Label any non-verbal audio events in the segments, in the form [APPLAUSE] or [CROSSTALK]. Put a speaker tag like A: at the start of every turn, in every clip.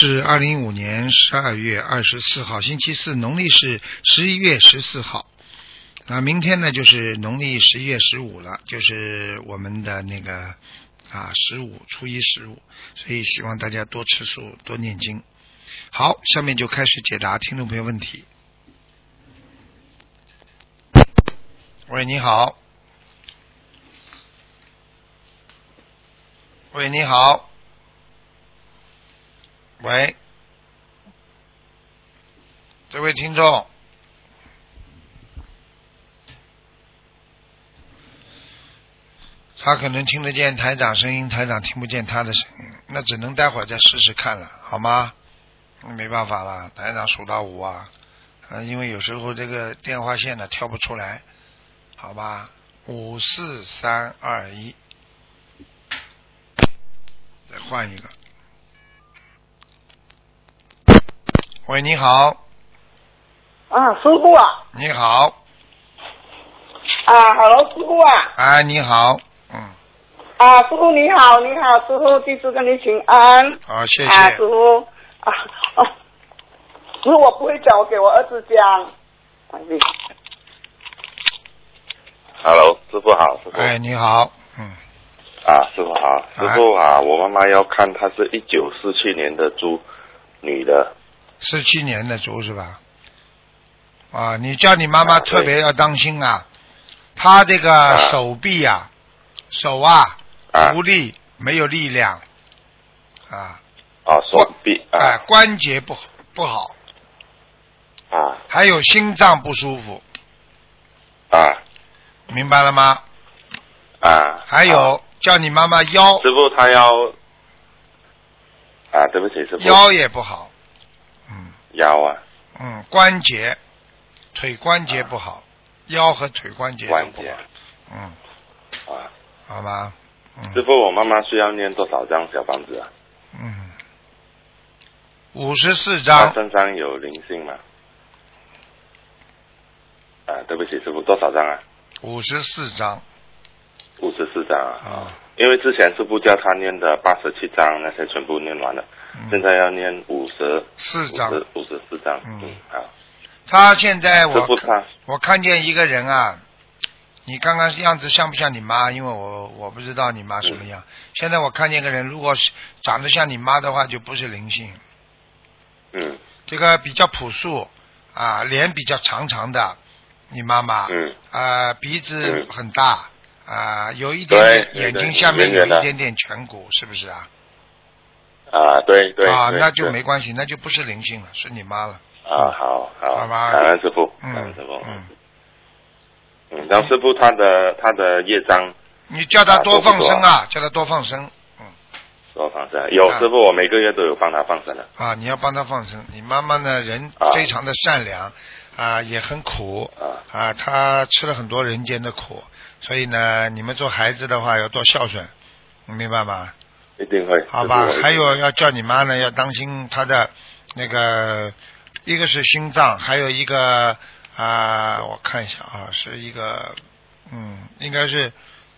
A: 是二零一五年十二月二十四号，星期四，农历是十一月十四号。啊，明天呢就是农历十一月十五了，就是我们的那个啊十五，初一十五，所以希望大家多吃素，多念经。好，下面就开始解答听众朋友问题。喂，你好。喂，你好。喂，这位听众。他可能听得见台长声音，台长听不见他的声音，那只能待会儿再试试看了，好吗？那没办法了，台长数到五啊，啊，因为有时候这个电话线呢跳不出来，好吧？五四三二一，再换一个。喂，你好，
B: 啊，师傅啊，
A: 你好，
B: 啊，hello，师傅啊，
A: 哎，你好，嗯，
B: 啊，师傅你好，你好，师傅，弟子跟你请安。
A: 好，谢谢。
B: 啊，师傅，啊哦，如果不会讲，我给我儿子讲。哎你
C: Hello，师傅好，师傅、
A: 哎，你好，嗯，
C: 啊，师傅好，师傅啊，我妈妈要看，她是一九四七年的猪，女的，
A: 四七年的猪是吧？啊，你叫你妈妈
C: 啊
A: 特
C: 对
A: 别要当心啊，她这个
C: 啊
A: 手臂啊，手啊
C: 啊
A: 无力，没有力量，啊，
C: 啊，手臂啊
A: 哎，关节不不好，
C: 啊
A: 还有心脏不舒服，
C: 啊
A: 明白了吗？
C: 啊，
A: 还
C: 啊
A: 有叫你妈妈腰
C: 师傅她要啊，对不起，师傅
A: 腰也不好，嗯
C: 腰啊，
A: 嗯，关节腿关节不好，腰和腿关节都
C: 啊关
A: 不
C: 节
A: 好，嗯，
C: 啊，
A: 好吗？嗯。
C: 师傅，我妈妈需要念多少张小房子啊？
A: 嗯，五十四
C: 她
A: 章，
C: 身上有灵性吗？啊，对不起，师傅，多少张啊？
A: 五十四章
C: 五十四张啊，
A: 啊，
C: 因为之前师傅叫她念的八十七张，那些全部念完了。现
A: 嗯，
C: 在要念五十
A: 四
C: 五
A: 章
C: 十。五十四章，
A: 嗯
C: 嗯，好，
A: 他现在
C: 师
A: 我
C: 傅他
A: 我看见一个人啊，你刚刚样子像不像你妈？因为我我不知道你妈什么
C: 嗯
A: 样。现在我看见一个人，如果是长得像你妈的话，就不是灵性。
C: 嗯
A: 这个比较朴素啊，脸比较长长的，你妈妈
C: 嗯
A: 啊，鼻子
C: 嗯
A: 很大啊，有一
C: 对
A: 点
C: 对
A: 眼
C: 对
A: 睛下面
C: 圆
A: 有
C: 圆的
A: 一点点颧骨，是不是啊？
C: 啊，对对
A: 啊，
C: 对
A: 那就
C: 对
A: 没关系，那就不是灵性了，是你妈了。
C: 啊，好
A: 好
C: 好，
A: 吧
C: 感恩师傅，感
A: 嗯
C: 恩师傅，
A: 嗯，
C: 嗯，然后师傅他的他的业障
A: 你叫他多
C: 啊
A: 放生
C: 多不多
A: 啊，叫他多放生
C: 多放生，有
A: 啊
C: 师傅我每个月都有帮他放生的，
A: 啊！你要帮他放生。你妈妈呢，人
C: 啊
A: 非常的善良啊，也很苦
C: 啊
A: 啊，她吃了很多人间的苦，所以呢，你们做孩子的话要多孝顺，你明白吗？
C: 一定会，
A: 好
C: 师
A: 吧
C: 傅我一定，
A: 还有要叫你妈呢，要当心她的那个，一个是心脏，还有一个啊、我看一下啊，是一个，嗯，应该是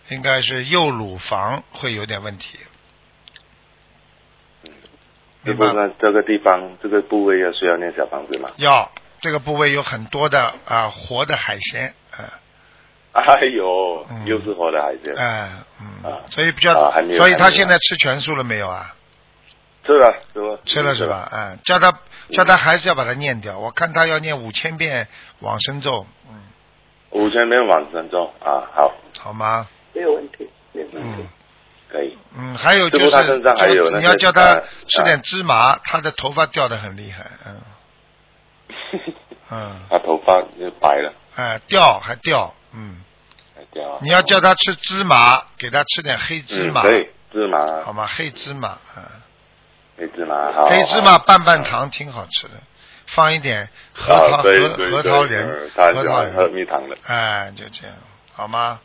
A: 应该是右乳房会有点问题。
C: 师
A: 明
C: 傅
A: 白吗？
C: 那这个地方这个部位要需要念小房子吗？
A: 要这个部位有很多的啊、活的海鲜，嗯、
C: 哎呦
A: 嗯，
C: 又是活的海鲜
A: 呃，，哎嗯，
C: 啊
A: 所以比较，
C: 啊还没有
A: 所以
C: 还
A: 他
C: 没有
A: 现在吃全素了没有啊？
C: 吃了师傅
A: 吃了是？吧？嗯，叫他叫他还是要把它念掉。我看他要念五千遍往生咒，嗯，
C: 五千遍往生咒啊，好，
A: 好吗？
B: 没有问题，没有问题。
A: 嗯
C: 可以，
A: 嗯，还有就
C: 师
A: 是
C: 傅他身上还有
A: 就
C: 那
A: 你要
C: 些
A: 叫
C: 呃
A: 他
C: 呃
A: 吃点芝麻，他的头发掉的很厉害，
C: [LAUGHS]
A: 嗯嗯，
C: 他头发就白了，
A: 哎，掉还掉，嗯，
C: 哎对啊
A: 你要叫他吃芝麻，给他吃点黑芝麻
C: 嗯，，对，芝麻
A: 好，吗？黑芝麻，嗯，
C: 黑芝麻，好
A: 黑芝麻拌拌。
C: 好
A: 糖挺好吃的，放一点核
C: 好
A: 桃
C: 啊对
A: 核
C: 对
A: 核
C: 对
A: 桃
C: 对
A: 仁，
C: 他很
A: 核
C: 喜
A: 桃
C: 欢喝
A: 仁，
C: 蜜糖的，
A: 哎，就这样，好吗？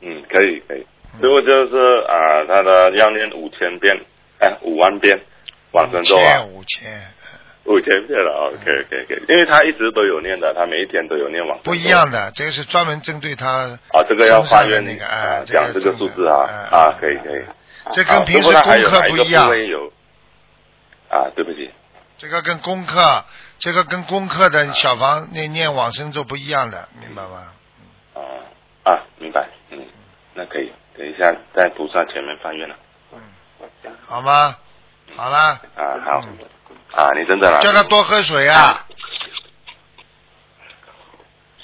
C: 嗯，可以可以。如果就是啊，他的要念五千遍，哎，五万遍往生咒啊，
A: 五千，
C: 五千遍了，OK 哦 OK OK，因为他一直都有念的，他每一天都有念往生咒
A: 不一样的，这个是专门针对他，
C: 啊，这个要发愿
A: 那个
C: 啊
A: 哎，这个
C: 讲这个数字啊
A: 哎
C: 啊，可以可以。
A: 这跟平
C: 啊师傅
A: 时功
C: 那还有
A: 课
C: 哪
A: 不
C: 个
A: 一样
C: 部。位有啊，对不起，
A: 这个跟功课，这个跟功课的小房那念往生咒不一样的，明白吗？
C: 啊啊，明白，嗯，那可以，等一下在菩萨前面发愿了，
A: 好吗？好啦，
C: 啊好，啊你真的啦，
A: 叫他多喝水啊！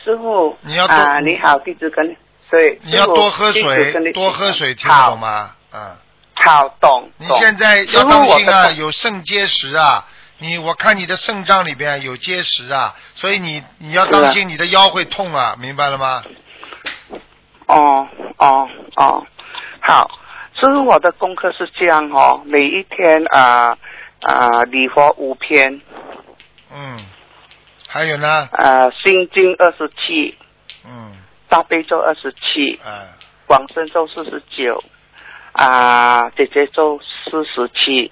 D: 师傅，
A: 你要多
D: 啊，你好，弟子跟对，
A: 你要多喝
D: 师父弟子跟
A: 水，
D: 你
A: 多喝水，听得
D: 好
A: 懂？吗？嗯，
D: 好，懂。
A: 你
D: 懂
A: 现在要
D: 师父
A: 当
D: 我
A: 心啊，
D: 的
A: 有肾结石啊！你我看你的肾脏里边有结石啊，所以你你要当心你的腰会痛啊，明白了吗？
D: 哦哦哦，好，师傅，我的功课是这样哦，每一天啊啊，礼佛五篇，
A: 嗯，还有呢，
D: 啊，心经二十七，
A: 嗯，
D: 大悲咒二十七，
A: 哎，
D: 往生咒四十九，啊，姐姐咒四十七，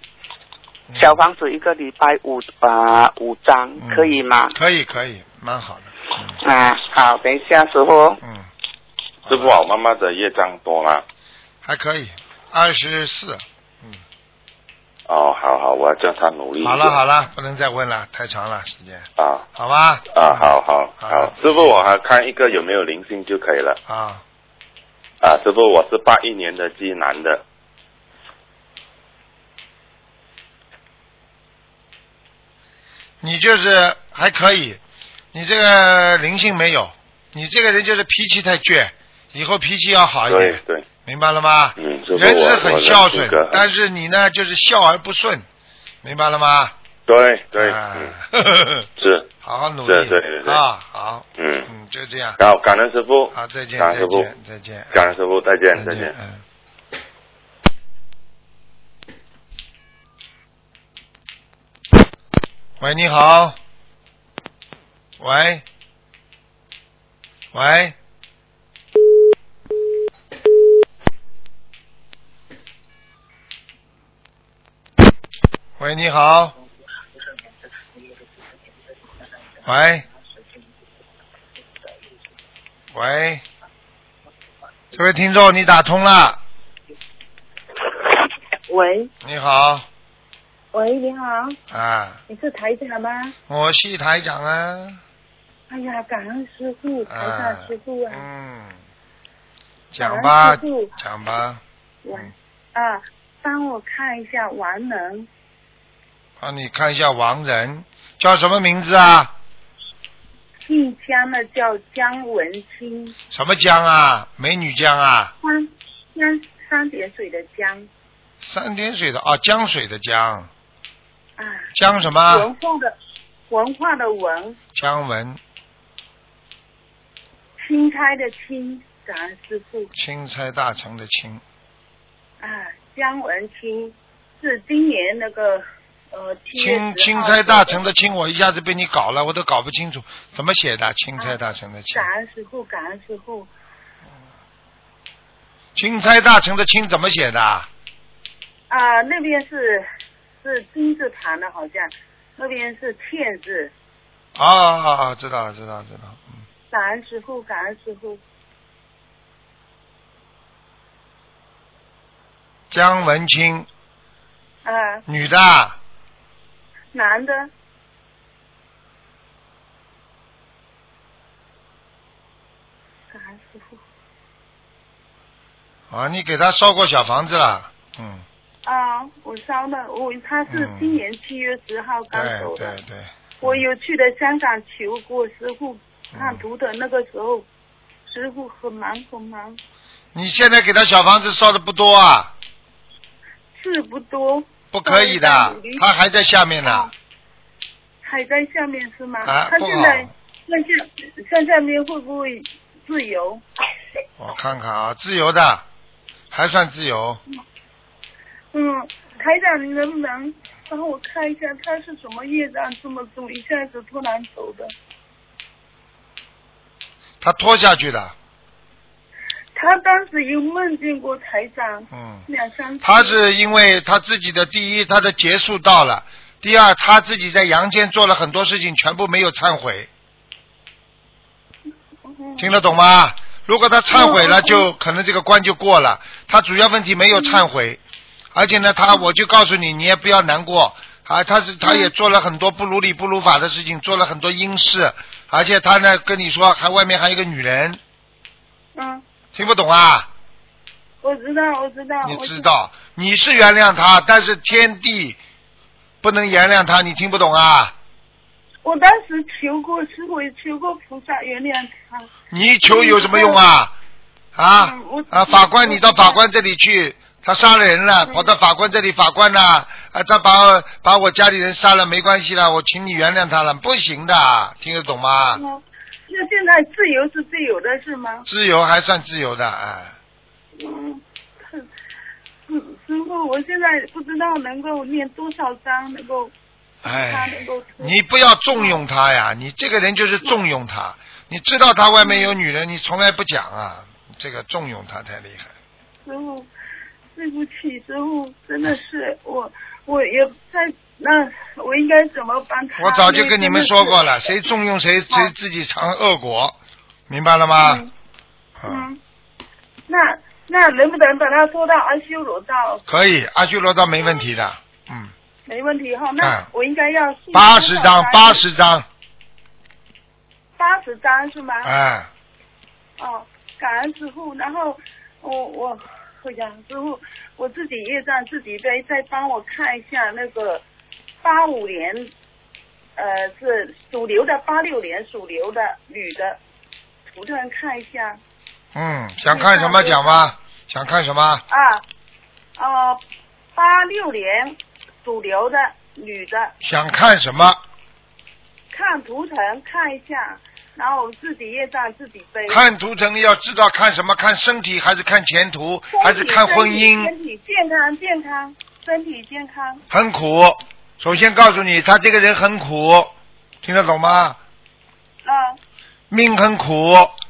A: 嗯
D: 小房子一个礼拜五啊、五张，
A: 嗯
D: 可以吗？
A: 可以可以，蛮好的，嗯
D: 啊，好，等一下，师傅。
A: 嗯，
C: 师傅啊，我妈妈的业障多啦，
A: 还可以，二十四，
C: 嗯哦，好好，我要叫她努力一点，
A: 好了好了，不能再问了，太长了时间，
C: 啊
A: 好吧？
C: 啊，好好
A: 好
C: 好，师傅我还看一个有没有灵性就可以了，
A: 啊，
C: 啊，师傅我是八一年的鸡男的，
A: 你就是还可以，你这个灵性没有，你这个人就是脾气太倔，以后脾气要好一
C: 对
A: 点，
C: 对，
A: 明白了吗？
C: 嗯，师傅
A: 人
C: 我
A: 是
C: 我
A: 很
C: 的
A: 孝
C: 性
A: 顺
C: 格，很
A: 但是你呢就是孝而不顺，明白了吗？
C: 对对，
A: 啊，
C: 嗯，是
A: [LAUGHS] 好好努
C: 对
A: 力
C: 对对对
A: 啊，好，
C: 嗯。
A: 嗯，就这样，
C: 然后感恩师傅，
A: 好，再见，
C: 感恩
A: 再
C: 师傅
A: 见，再见，
C: 感恩师傅，再见，再见。
A: 嗯。喂，你好。喂，喂，喂，你好。喂，喂，这位听众，你打通了。
E: 喂
A: 你好，
E: 喂，你好，
A: 啊，
E: 你是台长吗？
A: 我是台长啊。
E: 哎呀，感恩师傅，台
A: 啊
E: 长师傅啊，
A: 嗯，讲吧
E: 感恩师，
A: 讲吧。
E: 我
A: 嗯
E: 啊，帮我看一下王能
A: 帮你看一下王仁叫什么名字啊？
E: 姓江的叫江文清，
A: 什么江啊？美女江啊？
E: 三三三点水的江
A: 三点水的啊，江水的江，
E: 啊，
A: 江什么
E: 文？化的文化的文，
A: 江文，
E: 钦差的钦，感恩师傅
A: 钦差大臣的钦。
E: 啊，江文清是今年那个呃七月
A: 钦
E: 10
A: 钦
E: 号
A: 差大臣
E: 的
A: 的钦，我一下子被你搞了，我都搞不清楚怎么写的。钦差大臣的钦
E: 感，恩师傅，感恩师傅，
A: 钦差大臣的钦怎么写的啊？
E: 啊，那边是是金字旁的，好像那边是欠字。
A: 哦哦，哦知道了，知道了，知道了。嗯
E: 感恩师傅，感恩师傅。
A: 江文清，
E: 啊，
A: 女的啊，
E: 男的，感恩师傅。
A: 啊你给她烧过小房子了，嗯，
E: 啊，我烧的，我他是
A: 嗯
E: 今年七月十号刚
A: 对
E: 走的，
A: 对对，
E: 我有去的香港求过师傅看
A: 嗯
E: 图的，那个时候、师傅很忙很忙，
A: 你现在给她小房子烧的不多啊，
E: 事不多，
A: 不可以
E: 稍微
A: 的
E: 再努力，
A: 她还在下面呢
E: 哦，还在下面是吗？
A: 啊
E: 他
A: 不
E: 哦现在
A: 好
E: 那下在下面会不会自由？
A: 我看看啊，自由的，还算自由，
E: 嗯，台长，你能不能帮我看一下他是什么业障这么重，一下子突然走的？
A: 她拖下去的，
E: 他当时有梦见过台长
A: 嗯，
E: 两三次。
A: 她是因为她自己的第一，她的结束到了，第二，她自己在阳间做了很多事情，全部没有忏悔，
E: 嗯
A: 听得懂吗？如果他忏悔了，
E: 嗯
A: 就可能这个关就过
E: 嗯
A: 了。他主要问题没有忏悔，而且呢，他我就告诉你，你也不要难过啊，他是他也做了很多不如理不如法的事情，做了很多阴事，而且他呢跟你说还外面还有一个女人，
E: 嗯，
A: 听不懂啊？
E: 我知道，我知道，
A: 你
E: 嗯我
A: 知。道，你是原谅他，但是天地不能原谅他，你听不懂啊？
E: 我当时求过师傅，也求过菩萨原谅他。
A: 你求有什么用啊？啊
E: 嗯我
A: 啊！法官，你到法官这里去，他杀了人了，
E: 嗯
A: 跑到法官这里，法官呐、啊，他把把我家里人杀了，没关系了，我请你原谅他了，不行的，听得懂吗？
E: 嗯，那现在自由是自由的是吗？
A: 自由还算自由的，哎，
E: 嗯，师师傅，我现在不知道能够念多少章，能够他能
A: 哎，
E: 够出。
A: 你不要重用他呀，你这个人就是重用他，你知道他外面有女人，你从来不讲啊，这个重用他太厉害。
E: 师傅，对不起，师傅，真的是我，我也在那，我应该怎么帮他？
A: 我早就跟你们说过了，
E: 因
A: 谁
E: 为真的是
A: 重用谁，
E: 好
A: 谁自己尝恶果，明白了吗？
E: 哦嗯
A: 啊
E: 嗯，那那能不能把他拖到阿修罗道？
A: 可以，阿修罗道没问题的，嗯，
E: 没问题哈。那
A: 嗯
E: 我应该要信
A: 八十
E: 多少
A: 张，八十张，
E: 八十张是吗？
A: 哎，
E: 哦，感恩师傅。然后我我我讲师傅，我自己业障自己背，再帮我看一下那个八五年，呃，是属牛的，八六年属牛的女的，图腾看一下
A: 嗯，想看什么讲吧，想看什么？
E: 啊，呃，八六年属牛的女的，
A: 想看什么？
E: 看图腾看一下，然后我自己业障自己背。
A: 看图腾要知道看什么，看身体还是看前途，还是看婚姻？
E: 身体身体健康，健康，身体健康。
A: 很苦。首先告诉你，他这个人很苦，听得懂吗？
E: 啊，
A: 命很苦。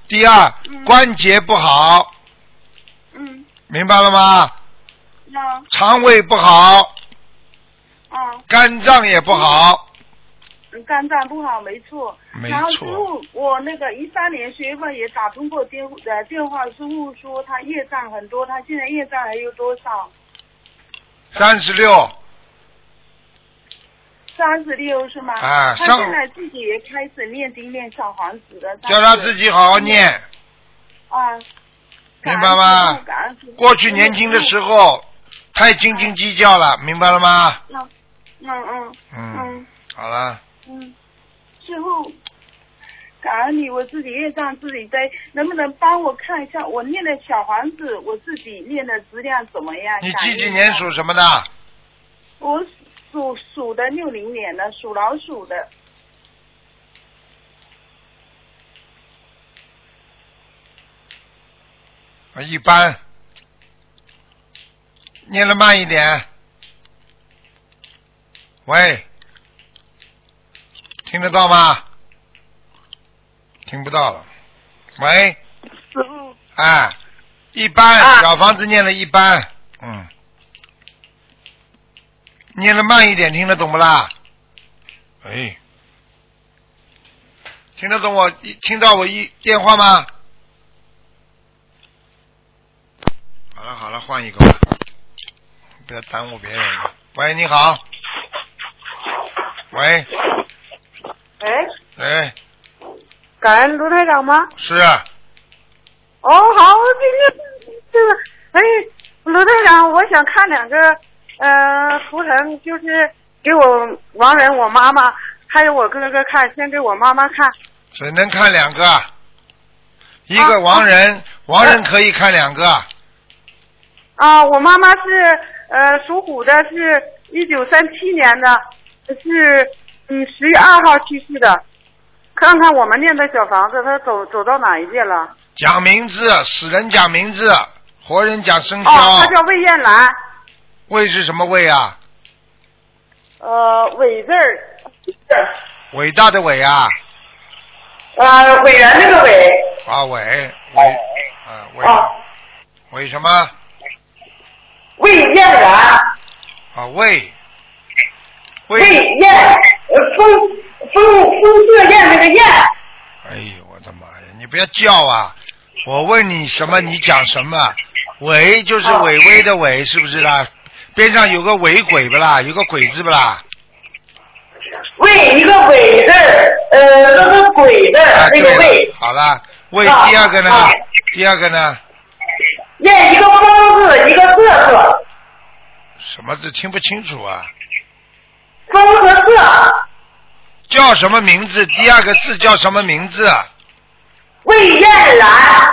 A: 第二，
E: 嗯
A: 关节不好，
E: 嗯，
A: 明白了吗？
E: 那
A: 肠胃不好，
E: 啊，
A: 肝脏也不好，
E: 嗯肝脏不好，没错。
A: 没
E: 然后师
A: 错
E: 傅，我那个一三年学问也打通过电呃电话，师傅说他业障很多，他现在业障还有多少？
A: 三十六。
E: 三十六是吗？
A: 啊
E: 他
A: 上
E: 现在自己也开始念经念小房子的。
A: 叫他自己好好念。
E: 啊。
A: 明白吗
E: 嗯感恩师父
A: 过去年轻的时，候太斤斤计较了，明白了吗？
E: 嗯嗯嗯
A: 嗯
E: 嗯，
A: 好了，
E: 嗯，师傅，感恩你，我自己业障自己背，能不能帮我看一下我念的小房子，我自己念的质量怎么样？
A: 你
E: 感
A: 几
E: 恩
A: 几年
E: 一下？
A: 属什么的？
E: 我属属的六零年的，属老鼠的。
A: 啊一般，念的慢一点。喂，听得到吗？听不到了。喂，
E: 师傅，
A: 哎，一般、
E: 啊
A: 小房子念了一般，嗯，念的慢一点，听得懂不啦？哎，听得懂我一听到我一电话吗？好了好了，换一个吧，不要耽误别人了。喂，你好。喂，
F: 喂，
A: 哎，
F: 感恩卢台长吗？
A: 是啊
F: 哦，好，今天这个，哎，卢台长，我想看两个，呃，图腾，就是给我王仁，我妈妈，还有我哥哥看，先给我妈妈看。
A: 只能看两个，啊一个王人，王人可以看两个。
F: 啊，我妈妈是呃属虎的，是一九三七年的，是嗯十月二号去世的。看看我们念的小房子，她走走到哪一届了？
A: 讲名字，死人讲名字，活人讲生肖。
F: 哦，她叫魏艳兰，
A: 魏是什么魏啊？
F: 呃，伟字儿，
A: 伟大的伟啊，
F: 呃，伟人那个伟。
A: 啊伟伟啊伟
G: 哦
A: 伟什么
F: 魏艳兰，
A: 啊魏
F: 魏
A: 魏？
F: 艳，呃，风风风色艳那个艳，
A: 哎呦我的妈呀！你不要叫啊！我问你什
G: 哎
A: 么，你讲什么？伟
G: 啊
A: 就是伟威的伟，是不是啦？边上有个尾鬼不啦？有个鬼字不啦？
G: 胃呃那儿，那
A: 啊对
G: 个胃
A: 了，好了，胃第二个呢
G: 啊？
A: 第二个呢？
G: 念一个风字，一个色字，
A: 什么字听不清楚啊？
G: 风和色，
A: 叫什么名字？第二个字叫什么名字？啊？
G: 魏燕兰，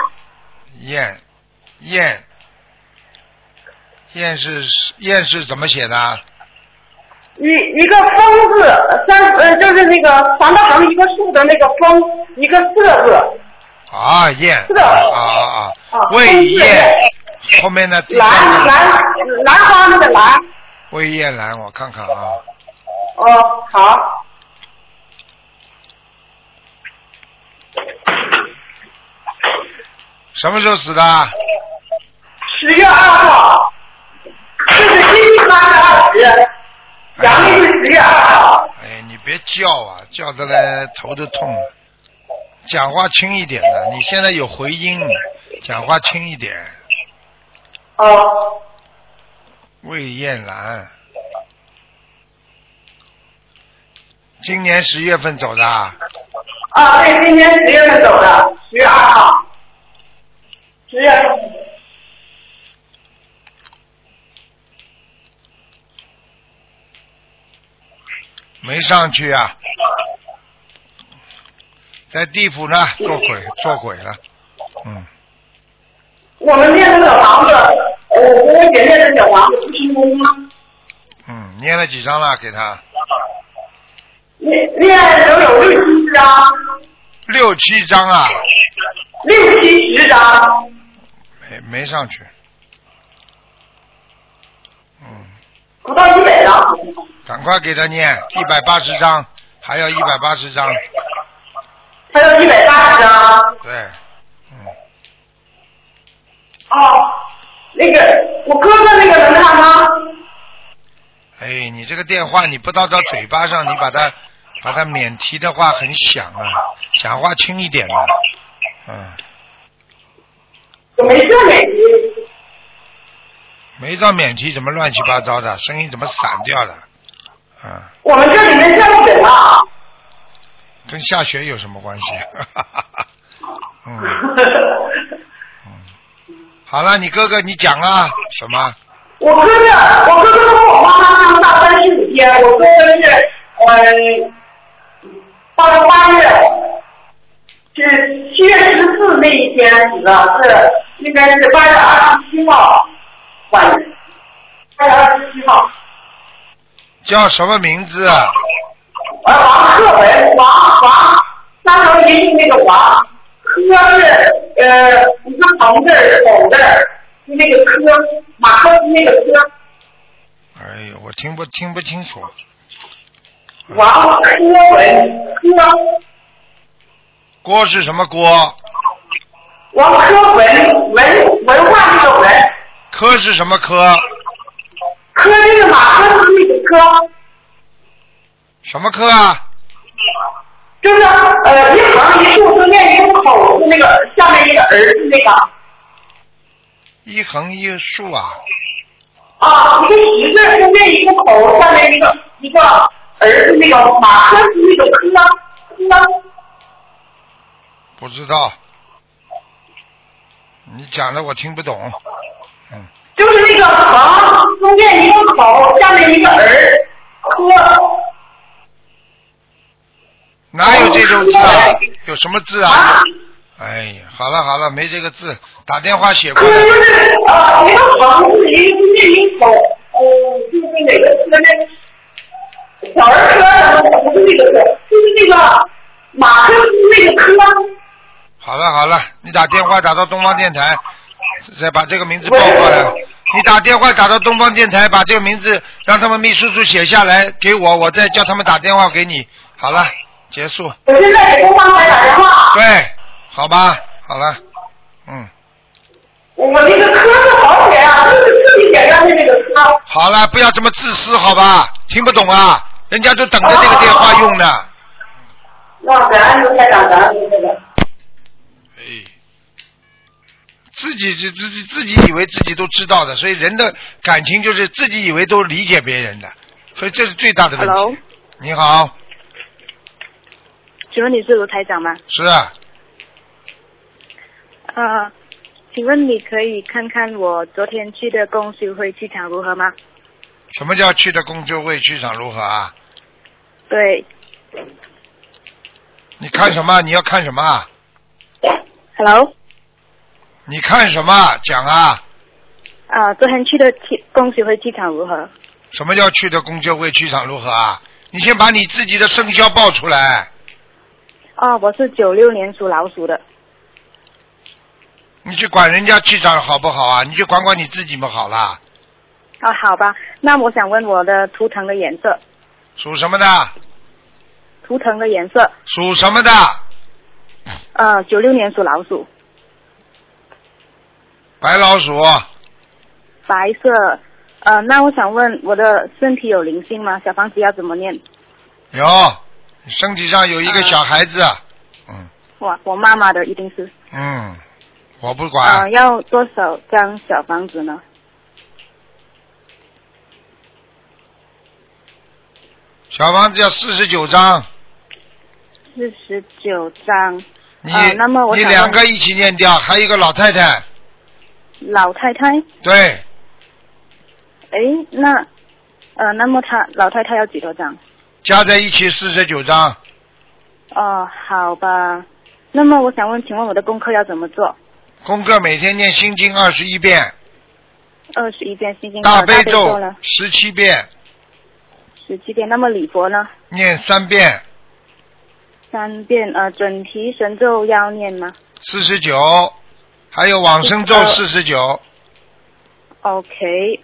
A: 燕，燕，燕是燕是怎么写的啊？
G: 一一个风字，三呃就是那个三个横一个竖的那个风，一个色字，
A: 啊，燕，
G: 是的
A: 啊啊啊
G: 啊，
A: 魏燕
G: 风，
A: 后面呢？第三
G: 兰
A: 个
G: 兰兰花那个兰，
A: 魏燕兰，我看看啊，
G: 哦好，
A: 什么时候死的？
G: 十月二号，就是星期三的二十，阳历是十月二号。
A: 哎，你别叫啊，叫的嘞头都痛了。讲话轻一点的，你现在有回音，讲话轻一点。
G: 哦，
A: 魏艳兰，今年十月份走的啊，
G: 啊，对，今年十月份走的，十月二号，十月
A: 没上去啊，在地府呢，做鬼做鬼了，嗯，
G: 我们念的小房子，呃，我我姐念的小房子不是工吗？
A: 嗯，念了几张了？给他
G: 念念都有六七张，
A: 六七张啊，
G: 六七十张。
A: 没没上去，嗯，
G: 不到一百张，
A: 赶快给他念一百八十张，还要一百八十张，
G: 还有一百八十张。
A: 对，嗯，
G: 哦，那个我哥哥那个能看吗？
A: 哎，你这个电话你不到到嘴巴上，你把它把它免提的话很响啊，讲话轻一点啊，嗯，
G: 我没事没事。
A: 没到免提怎么乱七八糟的，声音怎么散掉了？嗯，
G: 我们这里面下雪了。 [LAUGHS]
A: 跟下雪有什么关系？ [LAUGHS] 嗯，好了，你哥哥你讲啊，什么？
G: 我哥哥，我哥哥跟我妈妈他们大三十五天，我哥哥是呃八十八日，是七月十四那一天死的，是应该是八月二十七号晚，八月二十七号，
A: 叫什么名字啊？
G: 呃王鹤文，王王三横一竖那个王，柯是呃一个横字儿狗字儿，就那个柯，马克思那个柯。
A: 哎呦，我听不听不清楚。
G: 王科文科，
A: 郭是什么郭？
G: 王科文文文化那个文，
A: 科是什么科？
G: 科那个马克思那个科，
A: 什么科啊？
G: 就是呃一横一竖中间一个口字那个下面一个儿字那个
A: 一横一竖啊。
G: 啊一个十字中间一个口下面一个一个儿字那个马克思那个科科，
A: 不知道，你讲的我听不懂。嗯，
G: 就是那个横中间一个口下面一个儿科。
A: 哪有这种字啊
G: 哎？
A: 有什么字啊？
G: 啊，
A: 哎呀，好了好了，没这个字，打电话写过
G: 科
A: 来。
G: 就是呃，一个房子，一个中间一口，呃，就是那个那个小儿科什么不是那个科，就是那个马克思那个科，
A: 好了好了，你打电话打到东方电台，再把这个名字报过来。你打电话打到东方电台，把这个名字让他们秘书处写下来给我，我再叫他们打电话给你。好了，结束。
G: 我现在给东方台打电话，
A: 对，好吧，好了，嗯。
G: 我那个科是好写啊，就是特别简单的那个科。
A: 好了，不要这么自私，好吧？听不懂啊？人家都等着这个电话用呢。
G: 那咱安排长，咱安排长。
A: 哎，自己自自己自己以为自己都知道的，所以人的感情就是自己以为都理解别人的，所以这是最大的问题。
H: Hello，
A: 你好，
H: 请问你是卢台长吗？
A: 是啊，
H: 呃，请问你可以看看我昨天去的公修会气场如何吗？
A: 什么叫去的公修会气场如何啊？
H: 对
A: 你看什么？你要看什么？
H: ，Hello，
A: 你看什么？讲啊！
H: 啊、昨天去的气公修会气场如何？
A: 什么叫去的公修会气场如何啊？你先把你自己的生肖报出来。
H: 哦，我是九六年属老鼠的。
A: 你去管人家气场好不好啊？你就管管你自己嘛，好啦。
H: 啊，好吧，那我想问我的图腾的颜色，
A: 属什么的？
H: 图腾的颜色，
A: 属什么的？
H: 呃，九六年属老鼠，
A: 白老鼠，
H: 白色。呃，那我想问我的身体有灵性吗？小房子要怎么念？
A: 有，你身体上有一个小孩子。嗯
H: 哇，我妈妈的一定是。
A: 嗯，我不
H: 啊、
A: 管，
H: 要多少张小房子呢？
A: 小房子要四十九张，
H: 四十九张。
A: 你、
H: 啊那么我
A: 你
H: 想
A: 两
H: 问
A: 个一起念掉，还有一个老太太，
H: 老太太，
A: 对，
H: 诶，那呃，那么她老太太要几多张？
A: 加在一起四十九张。
H: 哦，好吧。那么我想问，请问我的功课要怎么做？
A: 功课每天念心经二十一遍，
H: 二十一遍心经，嗯
A: 大
H: 大
A: 悲
H: 悲
A: 咒
H: 呢？
A: 十七遍，
H: 十七遍。那么礼佛呢？
A: 念三遍，
H: 三遍。呃，准提神咒要念吗
A: 四十九，还有往生咒
H: 呃
A: 四十九。
H: ？OK，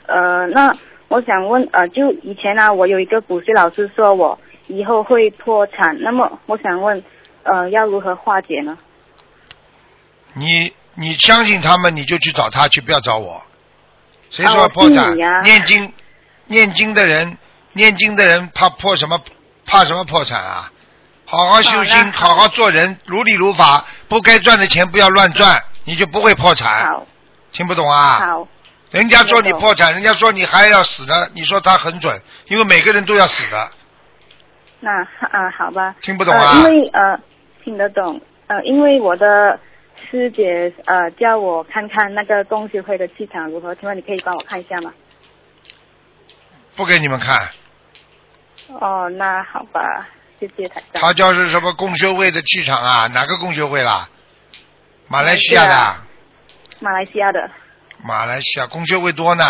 H: 呃，那我想问，呃，就以前呢、我有一个补习老师说我以后会破产，那么我想问，呃，要如何化解呢？
A: 你你相信他们，你就去找他去，不要找我。谁
H: 啊
A: 说
H: 我
A: 破产
H: 信你？呀
A: 念经，念经的人，念经的人怕破什么？怕什么破产啊？好好修
H: 好
A: 心，
H: 那
A: 好好做人，如理如法，不该赚的钱不要乱赚，你就不会破产。
H: 嗯好，
A: 听不懂啊？
H: 好，
A: 人家说你破产，人家说你还要死呢，你说他很准，因为每个人都要死的，
H: 那啊，好吧。
A: 听不懂啊？
H: 呃、因为呃听得懂，呃，因为我的师姐呃叫我看看那个共学会的气场如何，请问你可以帮我看一下吗？
A: 不给你们看，
H: 哦，那好吧，谢谢台长。
A: 他叫是什么共修会的气场啊？哪个共修会啦？马来西亚
H: 马来西
A: 的啊
H: 亚，马来西亚的，
A: 马来西亚共修会多呢。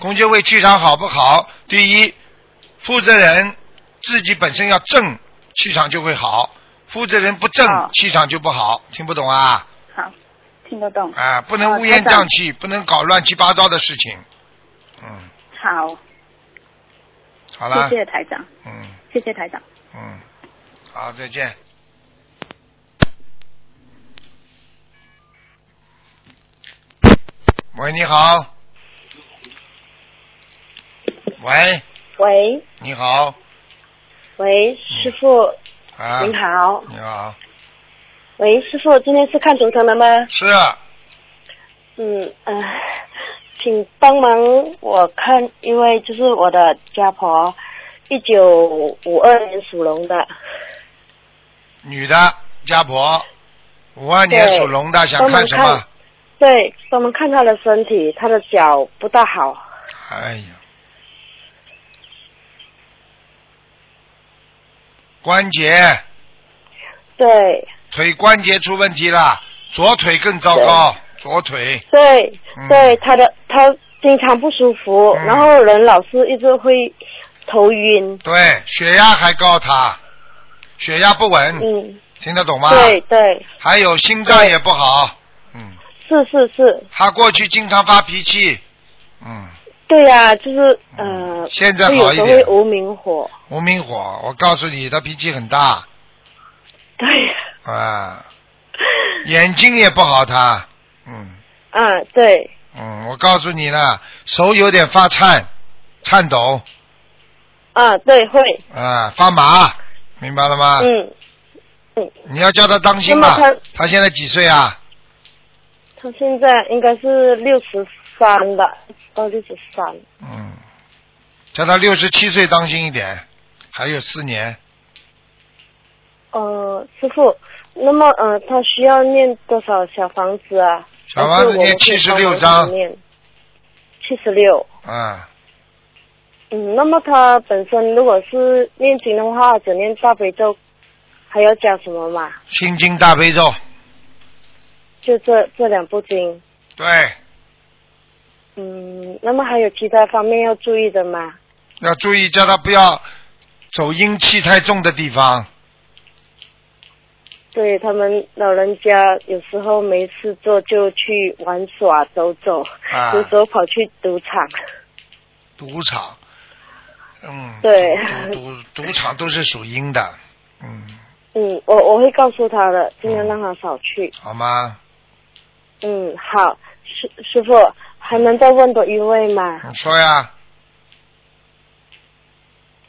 A: 共修会气场好不好？第一，负责人自己本身要正，气场就会好；负责人不正，
H: 哦
A: 气场就不好。听不懂啊？
H: 好，听得懂。
A: 啊，不能
H: 哦
A: 乌烟
H: 台长
A: 瘴气，不能搞乱七八糟的事情。嗯，
H: 好，
A: 好了，
H: 谢谢台长，
A: 嗯。
H: 谢谢台长。
A: 嗯，好，再见。喂，你好。喂，
I: 喂
A: 你好。
I: 喂，师傅、
A: 啊，
I: 您。好。
A: 你好，
I: 喂，师傅，今天是看图腾的吗？
A: 是啊
I: 嗯呃， [LAUGHS] 请帮忙我看，因为就是我的家婆，一九五二年属龙的，
A: 女的家婆，五二年
I: 对
A: 属龙的，想
I: 帮忙
A: 看什么
I: 看？对，帮忙看她的身体，她的脚不大好。
A: 哎呀，关节
I: 对
A: 腿关节出问题了，左腿更糟糕，左腿。
I: 对
A: 嗯
I: 对，她的她经常不舒服，
A: 嗯
I: 然后人老是一直会头晕。
A: 对，血压还高他，血压不稳，
I: 嗯，
A: 听得懂吗？
I: 对，对，
A: 还有心脏也不好，嗯，
I: 是是是，
A: 他过去经常发脾气，嗯，
I: 对呀、就是
A: 嗯
I: 呃，
A: 现在
I: 会有
A: 好一
I: 时候
A: 点
I: 会无名火，
A: 无名火，我告诉你，他脾气很大
I: 对，
A: 啊，眼睛也不好他，嗯
I: 啊，对，
A: 嗯，我告诉你了，手有点发颤，颤抖
I: 啊，对，会，
A: 啊，发麻，明白了吗？
I: 嗯，
A: 你要叫他当心
I: 那
A: 吧
I: 么他，
A: 他现在几岁啊？
I: 他现在应该是六十三吧，到六十三，
A: 嗯，叫他六十七岁当心一点，还有四年。
I: 呃，师傅，那么呃，他需要念多少小房子啊？
A: 小房子念76章
I: 七十六。
A: 啊，
I: 嗯，那么他本身如果是念经的话，只念大悲咒，还要加什么嘛？
A: 心经大悲咒，
I: 就这这两部经。
A: 对，
I: 嗯，那么还有其他方面要注意的吗？
A: 要注意叫他不要走阴气太重的地方。
I: 对他们老人家有时候没事做就去玩耍走走，
A: 啊
I: 有时候跑去赌场。
A: 赌场，嗯，
I: 对，
A: 赌赌场都是属阴的，嗯，
I: 嗯，我我会告诉他的，尽量让他少去。
A: 好吗？
I: 嗯，好，师师傅还能再问多一位吗？
A: 你说呀，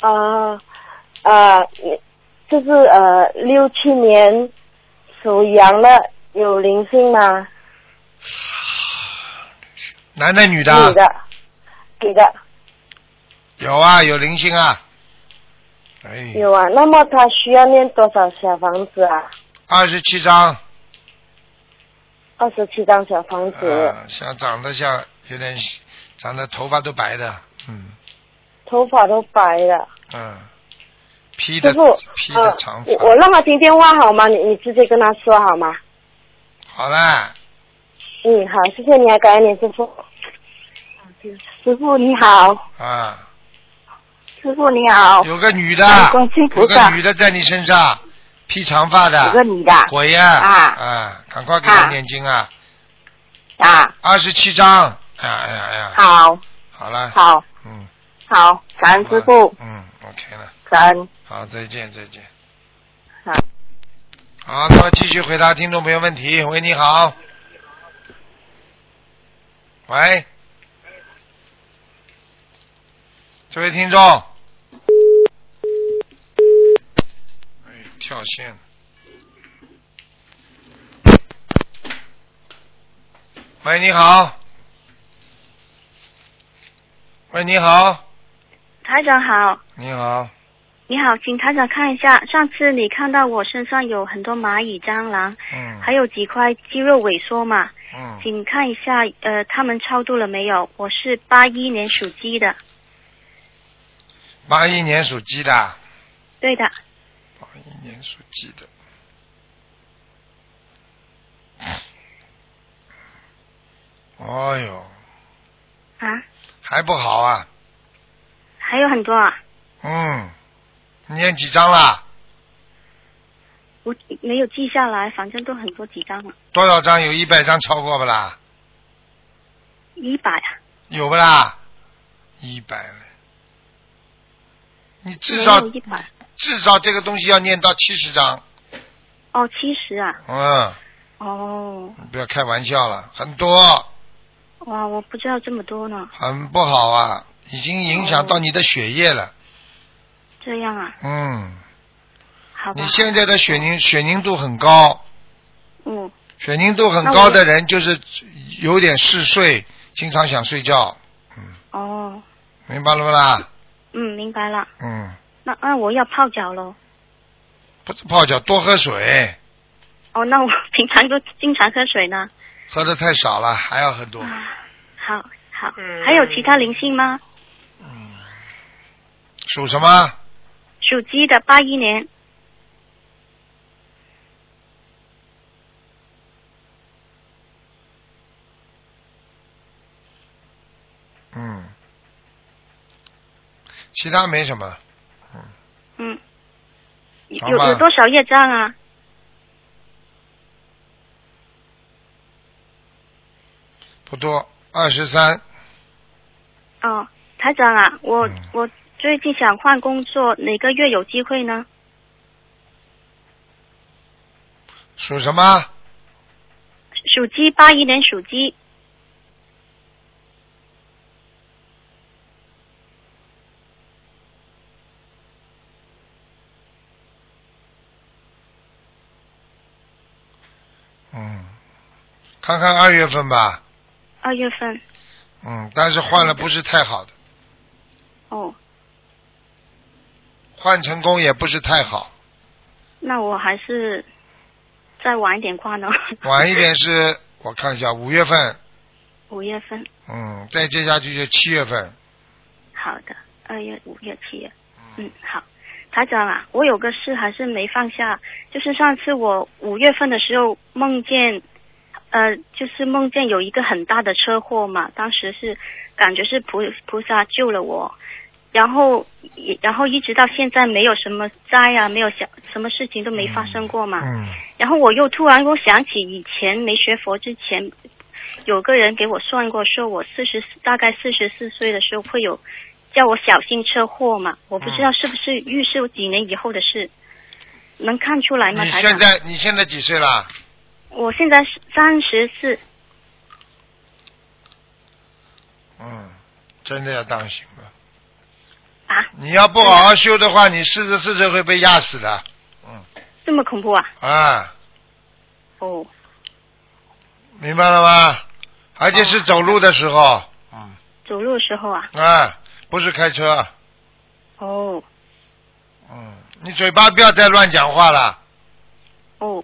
I: 啊啊，你就是呃六七年属羊的有灵性吗？
A: 男的女的啊？
I: 女的，女的
A: 有啊，有灵性啊。哎，
I: 有啊。那么他需要念多少小房子啊？
A: 二十七张，
I: 二十七张小房子。
A: 啊，像长得像有点长得头发都白的，嗯
I: 头发都白了。
A: 嗯，披
I: 师
A: 的
I: 傅，
A: 披
I: 呃
A: 的长，
I: 我
A: 发，
I: 我让他听电话好吗？你你直接跟他说好吗？
A: 好啦，
I: 嗯，好，谢谢你啊，感恩你师傅。师傅你好，
A: 啊，
J: 师傅你好，
A: 有个女的
J: 哎，
I: 呃
J: 观世音
A: 有
J: 菩
A: 个
J: 萨
A: 女的在你身上，披长发的，
J: 有个女的
A: 鬼呀，
J: 啊
A: 啊，赶快给她
J: 啊
A: 念经啊，
J: 啊，
A: 二十七张，哎呀哎呀哎呀，
J: 好，
A: 好了，
J: 好，
A: 嗯，
J: 好，感恩师傅，
A: 嗯，OK 了，
J: 感恩，
A: 好，再见再见，
J: 好，
A: 好，那么继续回答听众朋友问题，喂，你好，喂，这位听众，哎，跳线。喂，你好。喂，你好，
K: 台长好，
A: 你好，
K: 你好，请台长看一下，上次你看到我身上有很多蚂蚁、蟑螂，
A: 嗯，
K: 还有几块肌肉萎缩嘛，
A: 嗯，
K: 请看一下，呃，他们超度了没有？我是八一年属鸡的，
A: 八一年属鸡的，
K: 对的，
A: 八一年属鸡的。哎呦，
K: 啊，
A: 还不好啊，
K: 还有很多啊，
A: 嗯，你念几张啦？
K: 我没有记下来，反正都很多几张了，
A: 多少张？有一百张超过不啦？
K: 一百啊，
A: 有不啦？一百了，你至
K: 没
A: 少
K: 有一百，
A: 至少这个东西要念到七十张，
K: 哦，七十啊，
A: 嗯，
K: 哦，
A: 你不要开玩笑了，很多，
K: 哇，我不知道这么多呢，
A: 很不好啊，已经影响到你的血液了，
K: 这样啊，
A: 嗯，
K: 好吧
A: 你，现在的血凝血凝度很高，
K: 嗯，
A: 血凝度很高的人就是有点嗜睡，经常想睡觉，
K: 哦，
A: 明白了不啦？
K: 嗯，明白了，
A: 嗯，
K: 那那我要泡脚喽。
A: 不是泡脚，多喝水，
K: 哦，那我 [LAUGHS] 平常都经常喝水呢。
A: 喝的太少了，还要喝多。
K: 啊，好好
A: 嗯，
K: 还有其他灵性吗？
A: 属什么？
K: 属鸡的八一年，
A: 嗯，其他没什么，
K: 嗯，有
A: 好吧
K: 有多少业障啊？
A: 不多，二十三。
K: 哦，台长啊，我、
A: 嗯
K: 我最近想换工作，哪个月有机会呢？
A: 属什么？
K: 属鸡八一年属鸡，
A: 嗯，看看二月份吧。
K: 二月份。
A: 嗯，但是换了不是太好的，
K: 哦
A: 换成功也不是太好。
K: 那我还是再晚一点挂呢。
A: 晚一点是，我看一下，五月份，
K: 五月份，
A: 嗯，再接下去就七月份，
K: 好的，二月、五月、七月，嗯，好。台长啊，我有个事还是没放下，就是上次我五月份的时候梦见，呃，就是梦见有一个很大的车祸嘛，当时是感觉是菩菩萨救了我，然后也然后一直到现在没有什么灾啊，没有想什么事情都没发生过嘛，
A: 嗯
K: 然后我又突然我想起以前没学佛之前，有个人给我算过，说我四十大概四十四岁的时候会有叫我小心车祸嘛，我不
A: 嗯
K: 知道是不是预示几年以后的事，能看出来吗？
A: 你
K: 台
A: 现
K: 长，
A: 在你现在几岁啦？
K: 我现在三十四，
A: 嗯，真的要当心了。
K: 啊？
A: 你要不好好修的话，你四十四岁会被压死的
K: 这么恐怖啊！
A: 啊！
K: 哦，
A: 明白了吗？而且是走路的时候
K: 走路的时候啊，
A: 啊，不是开车。
K: 哦
A: 嗯，你嘴巴不要再乱讲话了。
K: 哦。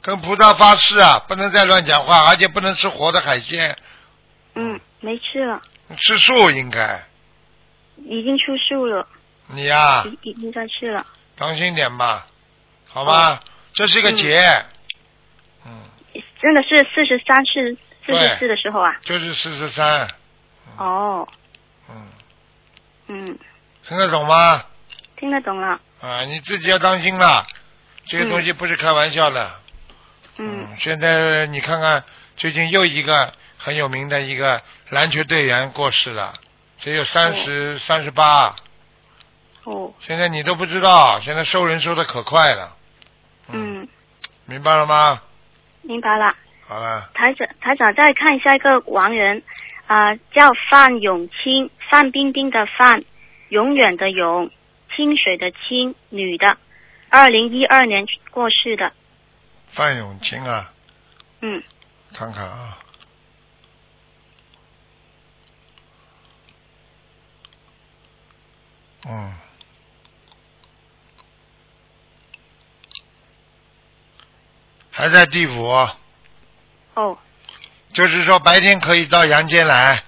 A: 跟菩萨发誓啊，不能再乱讲话，而且不能吃活的海鲜，
K: 嗯，没吃了，
A: 吃素应该。
K: 已经出数了，
A: 你呀、
K: 已已经在吃了，
A: 当心点吧，好
K: 哦
A: 吗？这是一个
K: 嗯
A: 嗯劫，
K: 真的是四十三、四四十四
A: 对
K: 的时候啊，
A: 就是四十三，
K: 哦，
A: 嗯
K: 嗯，
A: 听得懂吗？
K: 听得懂了，
A: 啊，你自己要当心了，这个
K: 嗯
A: 东西不是开玩笑的。
K: 嗯
A: 现在你看看，最近又一个很有名的一个篮球队员过世了，只有三十三十八，
K: 哦，
A: 现在你都不知道，现在收人收的可快了，啊
K: 嗯，
A: 明白了吗？
K: 明白了。
A: 好了，
K: 台长，台长再看一下一个亡人，啊、叫范永清，范冰冰的范，永远的永，清水的清，女的，二零一二年过世的，
A: 范永清啊，
K: 嗯，
A: 看看啊。嗯，还在地府。
K: 哦
A: 就是说白天可以到阳间来，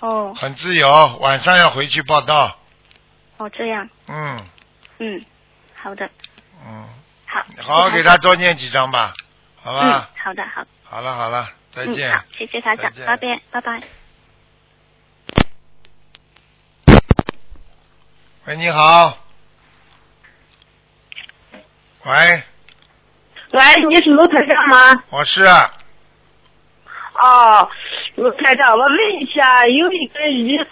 K: 哦
A: 很自由，晚上要回去报道。
K: 哦，这样，
A: 嗯
K: 嗯，好的，
A: 嗯，
K: 好，
A: 好好给他多念几张吧，好
K: 好嗯，
A: 吧？
K: 好的，好，
A: 好了好了，再见。
K: 嗯，好，谢谢台长
A: 再，见
K: 拜拜，拜拜。
A: 喂，你好。喂，
L: 喂，你是卢台长吗？
A: 我是啊
L: 哦，卢台长，我问一下，有一个一三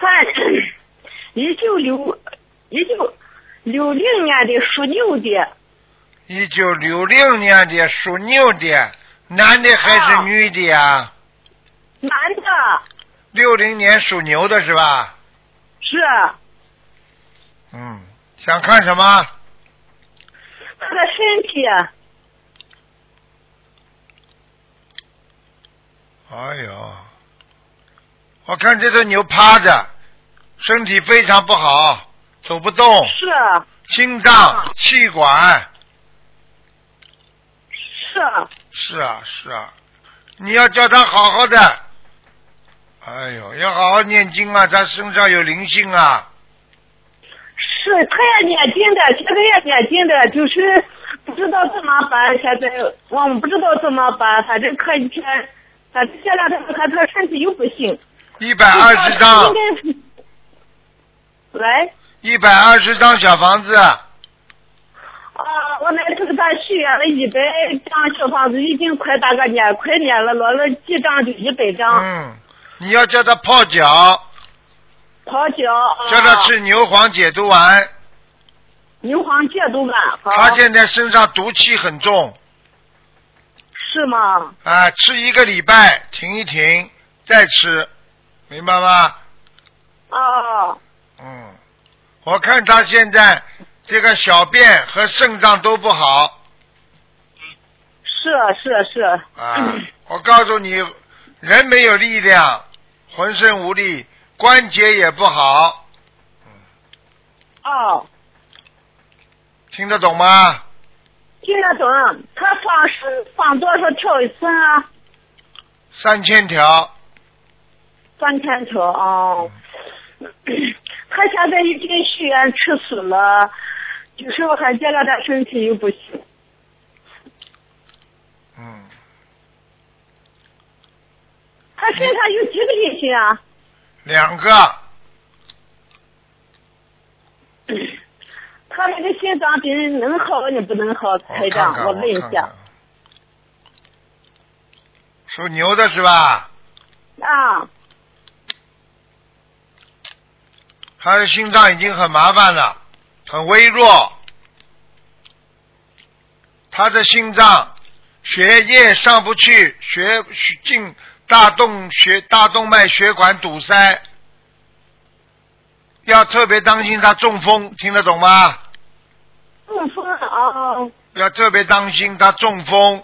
L: [COUGHS] 一九六一九六零年的属牛的，
A: 一九六六年的属牛的，男的还
L: 哦
A: 是女的呀？
L: 男的，
A: 六零年属牛的是吧？
L: 是
A: 嗯，想看什么？
L: 他的身体，
A: 哎呦，我看这头牛趴着，身体非常不好，走不动，
L: 是
A: 心脏、气管。
L: 是
A: 是啊，是啊，你要叫他好好的。哎呦，要好好念经啊，他身上有灵性啊。
L: 是，他也念经的，现在也念经的，就是不知道怎么办。现在我们不知道怎么办，反正可以前，反正前两天他他身体又不行。
A: 一百啊二十张
L: 应，该。喂，
A: 一百二十张小房子，
L: 啊，我那这个大续约了一百张小房子，已经快大概年快年了，落了几张就一百张。
A: 嗯，你要叫他泡脚，
L: 泡脚，啊
A: 叫他吃牛黄解毒丸。
L: 牛黄解毒丸，好
A: 他现在身上毒气很重，
L: 是吗？
A: 啊，吃一个礼拜，停一停，再吃，明白吗？
L: 啊，
A: 嗯，我看他现在这个小便和肾脏都不好
L: 是是是，
A: 啊！我告诉你，人没有力量，浑身无力，关节也不好，
L: 哦，
A: 听得懂吗？
L: 听得懂，他放是放多少条一生啊？
A: 三千条，
L: 三千条哦。他现在已经许愿吃素了，就是我看见了他身体又不行。
A: 嗯，
L: 他身上有几个异性啊？
A: 两个，
L: 他那个心脏病能好呢不能好？台长，我问一下
A: 属牛的是吧？
L: 啊，
A: 他的心脏已经很麻烦了，很微弱。他的心脏血液上不去，血血进大动血大动脉血管堵塞，要特别当心他中风，听得懂吗？
L: 中嗯风啊，
A: 要特别当心他中风。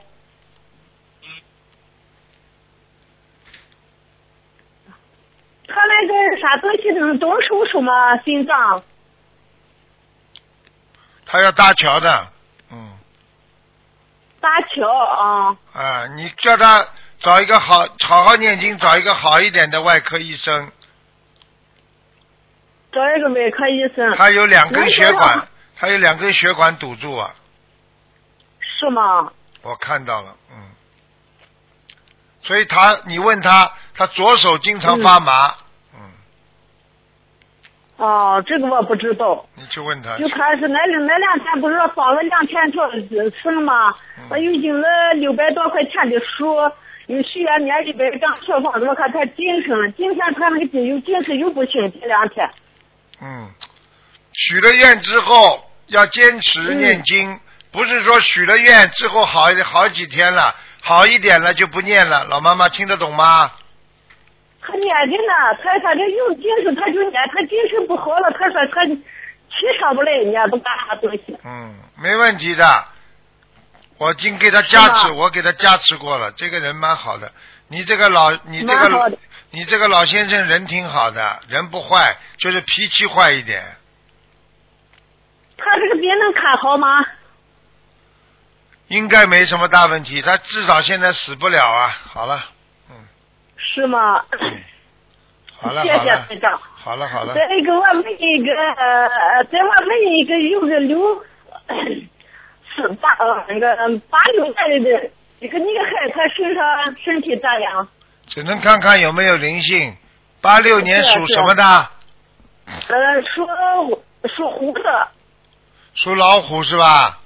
L: 他那个啥东西能动手术吗？心脏？
A: 他要搭桥的，嗯
L: 搭桥啊，
A: 啊，你叫他找一个好好好念经，找一个好一点的外科医生。
L: 找一个外科医
E: 嗯
L: 生。
A: 他有两根血
L: 能
A: 管，他有两根血管堵住啊，
L: 是吗？
A: 我看到了，嗯。所以他，你问他，他左手经常发麻，
L: 哦，这个我不知道。
A: 你去问他。
L: 就开始那那两天不是放了两千条生吗？我又印了六百多块钱的书，又许愿念一百张小房子，我看他精神，今天他那个精又精神又不行，这两天。
A: 嗯，许了愿之后要坚持念经，不是说许了愿之后好一好几天了，好一点了就不念了。老妈妈听得懂吗？
L: 他念的呢，他反正有精神他就念，他精神不好了，他说他提上不来，念不干啥东西。
A: 嗯，没问题的。我已经给他加
L: 是
A: 持，
L: 吧
A: 我给他加持过了。这个人蛮好的，你这个老你这
L: 蛮好
A: 个
L: 的
A: 你这个老先生人挺好的，人不坏，就是脾气坏一点。
L: 他这个病能看好吗？
A: 应该没什么大问题，他至少现在死不了啊。好了，
L: 是吗？
A: 好了，
L: 谢
A: 好
L: 谢
A: 了，
L: 台长。
A: 好了，好了。
L: 再一个，我问一个，呃再我问一个，有个六 [COUGHS] 是八呃那个八六年的一个女孩，她身上身体咋样？
A: 只能看看有没有灵性。八六年
L: 是啊
A: 属
L: 是啊
A: 什么的？
L: 呃，属属虎的，
A: 属老虎是吧？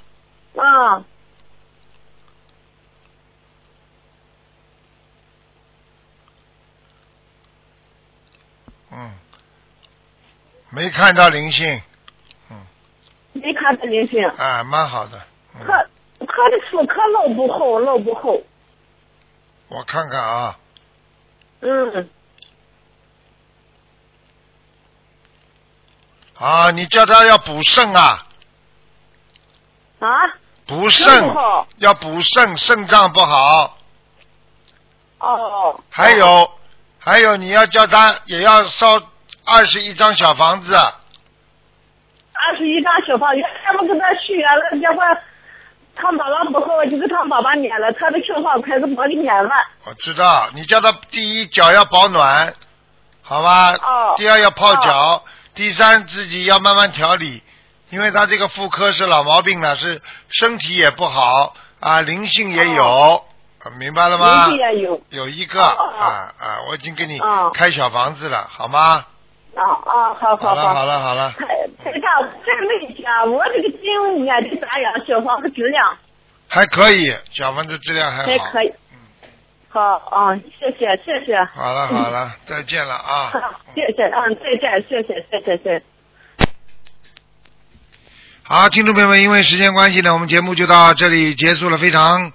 L: 啊，
A: 嗯，没看到灵性
L: 没看到灵性。
A: 啊，蛮好的。
L: 她她的妇科老不好，老不好。
A: 我看看啊，
L: 嗯，
A: 啊，你叫他要补肾啊，
L: 啊，这
A: 补肾
L: 不好。
A: 要补肾，肾脏不好。
L: 哦。
A: 还有，还有你要叫他也要烧二十一张小房子，
L: 二十一张小房子，他们给他许愿了，结果他妈妈不好，我就给他妈妈撵了，他的情况快给我给撵了。
A: 我知道。你叫他第一脚要保暖，好吧？
L: 哦
A: 第二要泡脚，第三自己要慢慢调理，因为他这个妇科是老毛病了，是身体也不好啊，灵性也有，啊明白了吗？
L: 邻居哦也有。
A: 有一个、啊啊，我已经给你
L: 哦
A: 开小房子了，好吗？
L: 啊啊，好好
A: 好了好了好了，
L: 台长，再问一下，啊我这个经念的咋样？小房子质量
A: 还可以，小房子质量还
L: 还
A: 好。
L: 哎可以。好啊，谢谢谢谢，
A: 好了
L: [LAUGHS]
A: 好了，再见了啊！
L: 好谢谢，嗯，再见，谢谢谢谢谢谢。
A: 好，听众朋友们，因为时间关系呢，我们节目就到这里结束了，非常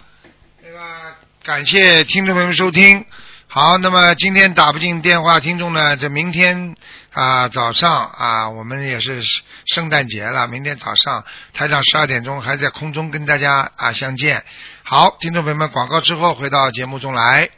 A: 呃感谢听众朋友们收听。好，那么今天打不进电话，听众呢，这明天啊、早上啊，我们也是圣诞节了，明天早上台长十二点钟还在空中跟大家啊相见。好，听众朋友们，广告之后回到节目中来。